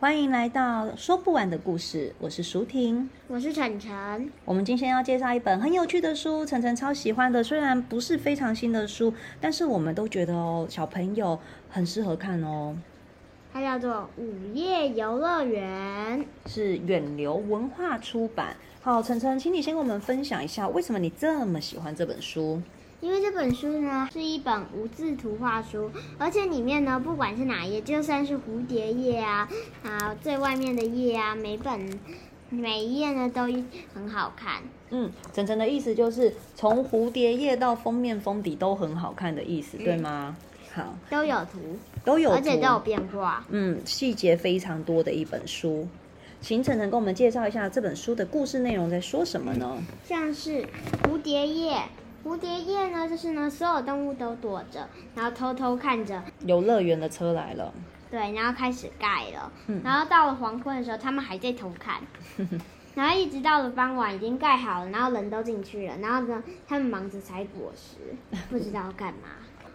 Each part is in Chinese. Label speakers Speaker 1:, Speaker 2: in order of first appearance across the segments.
Speaker 1: 欢迎来到说不完的故事，我是舒婷。
Speaker 2: 我是晨晨，
Speaker 1: 我们今天要介绍一本很有趣的书，晨晨超喜欢的。虽然不是非常新的书，但是我们都觉得哦，小朋友很适合看哦。
Speaker 2: 它叫做《午夜游乐园》。
Speaker 1: 是远流文化出版。好，晨晨，请你先跟我们分享一下，为什么你这么喜欢这本书？
Speaker 2: 因为这本书呢是一本无字图画书，而且里面呢，不管是哪一页，就算是蝴蝶页啊啊最外面的页啊，每本每一页呢都很好看。
Speaker 1: 嗯，晨晨的意思就是从蝴蝶叶到封面封底都很好看的意思，对吗？好，
Speaker 2: 都有图，
Speaker 1: 都有，
Speaker 2: 嗯而且都有，变化。
Speaker 1: 嗯，细节非常多的一本书。请晨晨跟我们介绍一下这本书的故事内容在说什么呢？
Speaker 2: 像是蝴蝶叶，蝴蝶叶呢，就是呢，所有动物都躲着，然后偷偷看着，
Speaker 1: 游乐园的车来了，
Speaker 2: 对，然后开始盖了，然后到了黄昏的时候，他们还在偷看，然后一直到了傍晚已经盖好了，然后人都进去了，然后呢，他们忙着采果实，不知道要干嘛。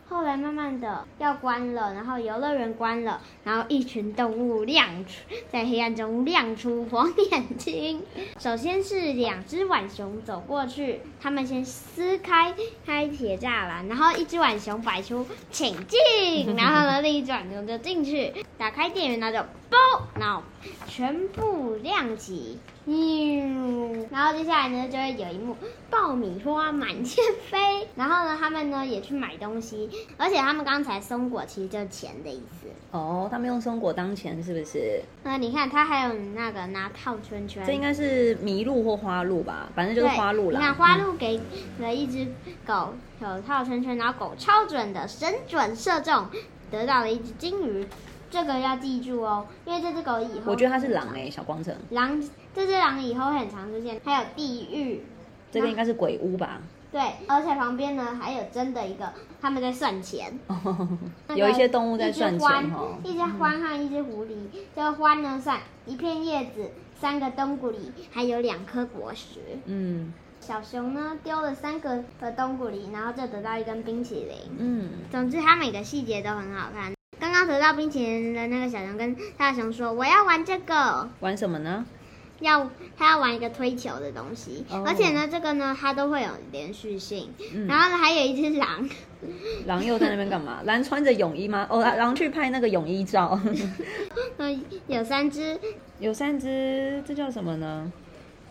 Speaker 2: 后来慢慢的要关了，然后游乐园关了，然后一群动物亮出在黑暗中亮出黄眼睛。首先是两只浣熊走过去，他们先撕开开铁栅栏，然后一只浣熊摆出“请进”，然后呢另一只浣熊就进去，打开电源，然后就嘣，然后全部亮起。嗯，然后接下来呢，就会有一幕爆米花满天飞。然后呢，他们呢也去买东西，而且他们刚才松果其实就是钱的意思。
Speaker 1: 哦，他们用松果当钱是不是？
Speaker 2: 那你看，他还有那个拿套圈圈，
Speaker 1: 这应该是麋鹿或花鹿吧，反正就
Speaker 2: 对
Speaker 1: 是花鹿啦。
Speaker 2: 那花
Speaker 1: 嗯
Speaker 2: 鹿给了一只狗有套圈圈，然后狗超准的，神准射中，得到了一只金鱼。这个要记住哦，因为这只狗以后
Speaker 1: 我觉得它是狼哎、小光城，
Speaker 2: 狼，这只狼以后会很常出现。还有地狱。
Speaker 1: 这个应该是鬼屋吧？
Speaker 2: 对，而且旁边呢还有真的一个，他们在算钱，那个
Speaker 1: 有一些动物在算
Speaker 2: 一只
Speaker 1: 钱
Speaker 2: 獾
Speaker 1: 哦。
Speaker 2: 一只獾和一只狐狸，这个獾呢算一片叶子，三个冬瓜梨，还有两颗果实。
Speaker 1: 嗯
Speaker 2: 小熊呢丢了三个的冬瓜梨，然后就得到一根冰淇淋。
Speaker 1: 嗯，
Speaker 2: 总之，它每个细节都很好看。刚刚得到冰淇淋的那个小熊跟大熊说：“我要玩这个。”
Speaker 1: 玩什么呢？
Speaker 2: 要他要玩一个推球的东西，
Speaker 1: 哦
Speaker 2: 而且呢，这个呢它都会有连续性。
Speaker 1: 嗯
Speaker 2: 然后呢还有一只狼，
Speaker 1: 狼又在那边干嘛？狼穿着泳衣吗？哦，狼去拍那个泳衣 照。
Speaker 2: 那呃有三只，
Speaker 1: 有三只，这叫什么呢？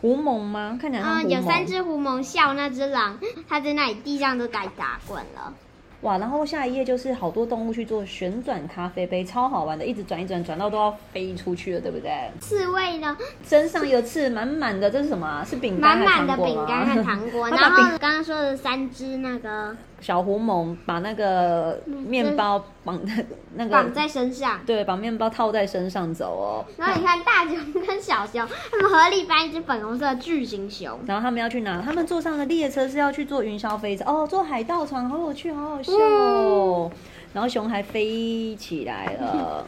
Speaker 1: 狐獴吗？看起来像狐
Speaker 2: 嗯，
Speaker 1: 獴。
Speaker 2: 有三。只狐獴笑那只狼，它在那里地上都该打滚了。
Speaker 1: 哇，然后下一页就是好多动物去做旋转咖啡杯，超好玩的，一直转一转，转到都要飞出去了，对不对？
Speaker 2: 刺猬呢，
Speaker 1: 身上有刺，满满的，这是什么、啊？是饼干
Speaker 2: 满
Speaker 1: 还
Speaker 2: 满
Speaker 1: 是
Speaker 2: 的
Speaker 1: 糖果
Speaker 2: 饼
Speaker 1: 吗
Speaker 2: 干和糖果，
Speaker 1: 他
Speaker 2: 然
Speaker 1: 把
Speaker 2: 后
Speaker 1: 饼
Speaker 2: 刚刚说的三只那个
Speaker 1: 小狐獴把那个面包绑 在那
Speaker 2: 嗯
Speaker 1: 个
Speaker 2: 绑在身上。
Speaker 1: 对，把面包套在身上走哦。
Speaker 2: 然后你看大熊跟小熊，他们合力搬一只粉红色的巨型熊。
Speaker 1: 然后他们要去哪？他们坐上了列车是要去坐云霄飞车哦，坐海盗船，好有趣，好好笑哦。
Speaker 2: 嗯
Speaker 1: 然后熊还飞起来了。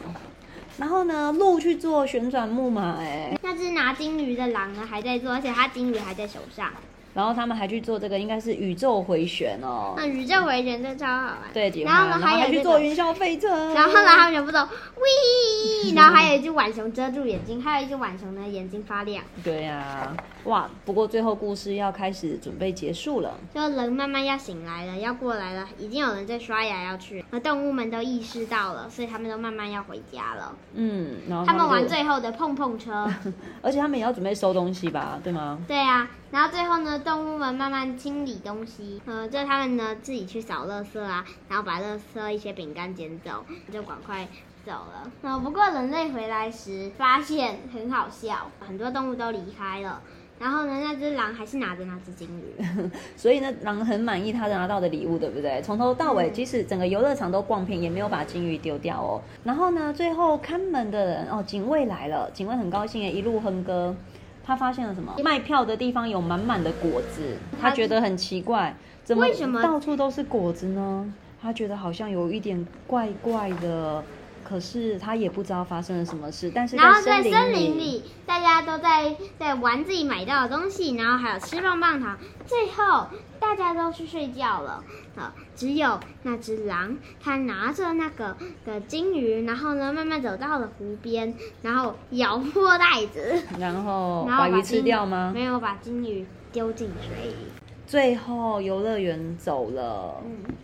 Speaker 1: 然后呢，鹿去坐旋转木马，哎，
Speaker 2: 那只拿金鱼的狼呢还在做，而且它金鱼还在手上。
Speaker 1: 然后他们还去做这个，应该是宇宙回旋哦。
Speaker 2: 那宇宙回旋这超好玩。
Speaker 1: 对，
Speaker 2: 然后呢
Speaker 1: 然后
Speaker 2: 还有
Speaker 1: 去
Speaker 2: 这
Speaker 1: 坐
Speaker 2: 个，
Speaker 1: 云霄飞车，
Speaker 2: 然后呢他们全部都喂，然后还有一只浣熊遮住眼睛，还有一只浣熊呢眼睛发亮，
Speaker 1: 对呀、哇！不过最后故事要开始准备结束了。
Speaker 2: 就人慢慢要醒来了，要过来了，已经有人在刷牙要去，而动物们都意识到了，所以他们都慢慢要回家了。
Speaker 1: 嗯，然后
Speaker 2: 他们
Speaker 1: 就
Speaker 2: 玩最后的碰碰车，
Speaker 1: 而且他们也要准备收东西吧，对吗？
Speaker 2: 对啊，然后最后呢，动物们慢慢清理东西，呃，就他们呢自己去扫垃圾啊，然后把垃圾一些饼干捡走，就赶快走了。呃，不过人类回来时发现很好笑，很多动物都离开了。然后呢，那只狼还是拿着那只金鱼，
Speaker 1: 所以呢，狼很满意他拿到的礼物，对不对？从头到
Speaker 2: 嗯
Speaker 1: 尾，即使整个游乐场都逛遍，也没有把金鱼丢掉哦。然后呢，最后看门的人哦，警卫来了，警卫很高兴耶，一路哼歌。他发现了什么？卖票的地方有满满的果子，他觉得很奇怪，怎么
Speaker 2: 为什么
Speaker 1: 到处都是果子呢？他觉得好像有一点怪怪的，可是他也不知道发生了什么事。但是
Speaker 2: 然后在
Speaker 1: 森
Speaker 2: 森林里，大家都在在玩自己买到的东西，然后还有吃棒棒糖。最后大家都去睡觉了，呃，只有那只狼，它拿着那个的金鱼，然后呢慢慢走到了湖边，然后咬破袋子，
Speaker 1: 然后
Speaker 2: 然后
Speaker 1: 哦把鱼
Speaker 2: 金
Speaker 1: 吃掉吗？
Speaker 2: 没有，把金鱼丢进水里。
Speaker 1: 最后游乐园走了，
Speaker 2: 嗯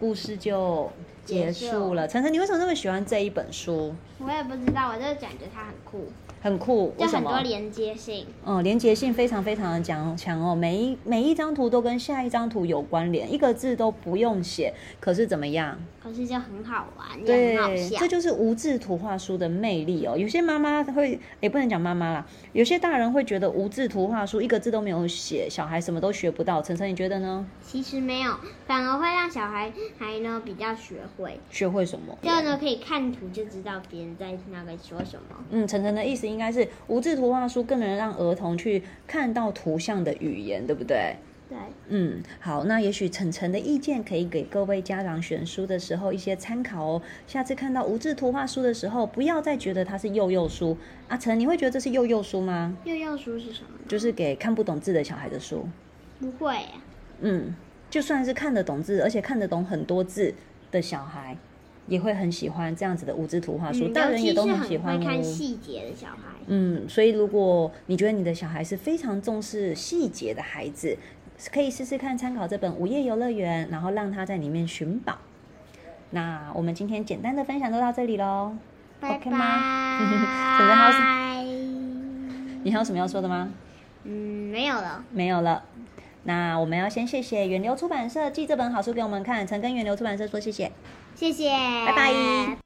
Speaker 1: 故事就结束了。晨晨，你为什么那么喜欢这一本书？
Speaker 2: 我也不知道，我就感觉它很酷，
Speaker 1: 很酷，
Speaker 2: 就
Speaker 1: 为什
Speaker 2: 很多
Speaker 1: 么？
Speaker 2: 连接性。
Speaker 1: 嗯，连结性非常非常的强强哦，每一每一张图都跟下一张图有关联，一个字都不用写，可是怎么样？
Speaker 2: 可是就很好玩，也
Speaker 1: 对
Speaker 2: 很好，笑
Speaker 1: 这。就是无字图画书的魅力哦。有些妈妈会，也不能讲妈妈啦，有些大人会觉得无字图画书一个字都没有写，小孩什么都学不到。晨晨，你觉得呢？
Speaker 2: 其实没有，反而会让小孩孩呢比较学会。
Speaker 1: 学会什么？
Speaker 2: 这个呢可以看图就知道别人在那个说什么。
Speaker 1: 嗯，晨晨的意思应该是无字图画书更能让儿童去看到图像的语言，对不对？
Speaker 2: 对，
Speaker 1: 嗯，好，那也许晨晨的意见可以给各位家长选书的时候一些参考哦。下次看到无字图画书的时候，不要再觉得它是幼幼书。阿晨，你会觉得这是幼幼书吗？
Speaker 2: 幼幼书是什么呢？
Speaker 1: 就是给看不懂字的小孩的书。
Speaker 2: 不会、啊，
Speaker 1: 嗯，就算是看得懂字，而且看得懂很多字的小孩，也会很喜欢这样子的无字图画书。
Speaker 2: 嗯
Speaker 1: 大人也都
Speaker 2: 尤其是
Speaker 1: 喜欢、哦。
Speaker 2: 会看细节的小孩。
Speaker 1: 嗯，所以如果你觉得你的小孩是非常重视细节的孩子，可以试试看参考这本《午夜游乐园》，然后让他在里面寻宝。那我们今天简单的分享就到这里喽。
Speaker 2: 拜
Speaker 1: OK
Speaker 2: 拜。
Speaker 1: 吗 整个还有什你还有什么要说的吗？
Speaker 2: 嗯，没有了。
Speaker 1: 没有了。那我们要先谢谢源流出版社寄这本好书给我们看，曾跟源流出版社说谢谢。
Speaker 2: 谢谢，
Speaker 1: 拜拜